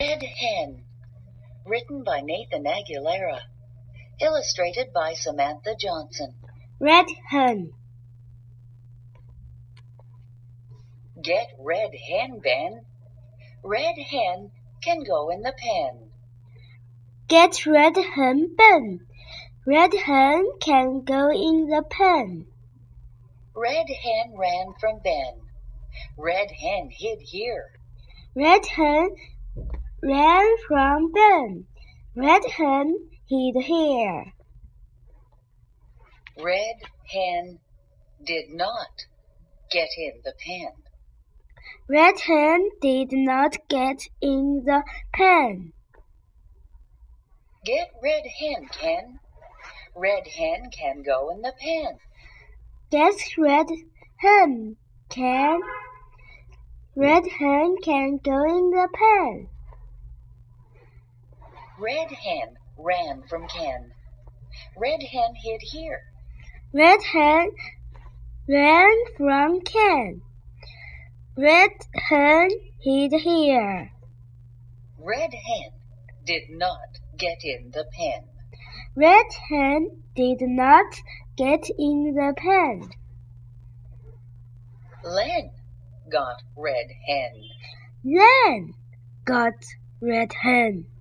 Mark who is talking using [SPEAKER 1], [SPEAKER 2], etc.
[SPEAKER 1] Red Hen. Written by Nathan Aguilera. Illustrated by Samantha Johnson.
[SPEAKER 2] Red Hen.
[SPEAKER 1] Get Red Hen, Ben. Red Hen can go in the pen.
[SPEAKER 2] Get Red Hen Ben. Red Hen can go in the pen.
[SPEAKER 1] Red Hen ran from Ben. Red Hen hid here.
[SPEAKER 2] Red Hen ran from Ben. Red Hen hid here.
[SPEAKER 1] Red Hen did not get in the pen.
[SPEAKER 2] Red Hen did not get in the pen.
[SPEAKER 1] Get Red Hen, Ken. Red Hen can go in the pen.
[SPEAKER 2] Get Red Hen can. Red Hen can go in the pen.
[SPEAKER 1] Red Hen ran from Ken. Red Hen hid here.
[SPEAKER 2] Red Hen ran from Ken. Red Hen hid here.
[SPEAKER 1] Red Hen did not get in the pen.
[SPEAKER 2] Red Hen did not get in the pen.
[SPEAKER 1] Len got Red Hen.
[SPEAKER 2] Then got Red Hen.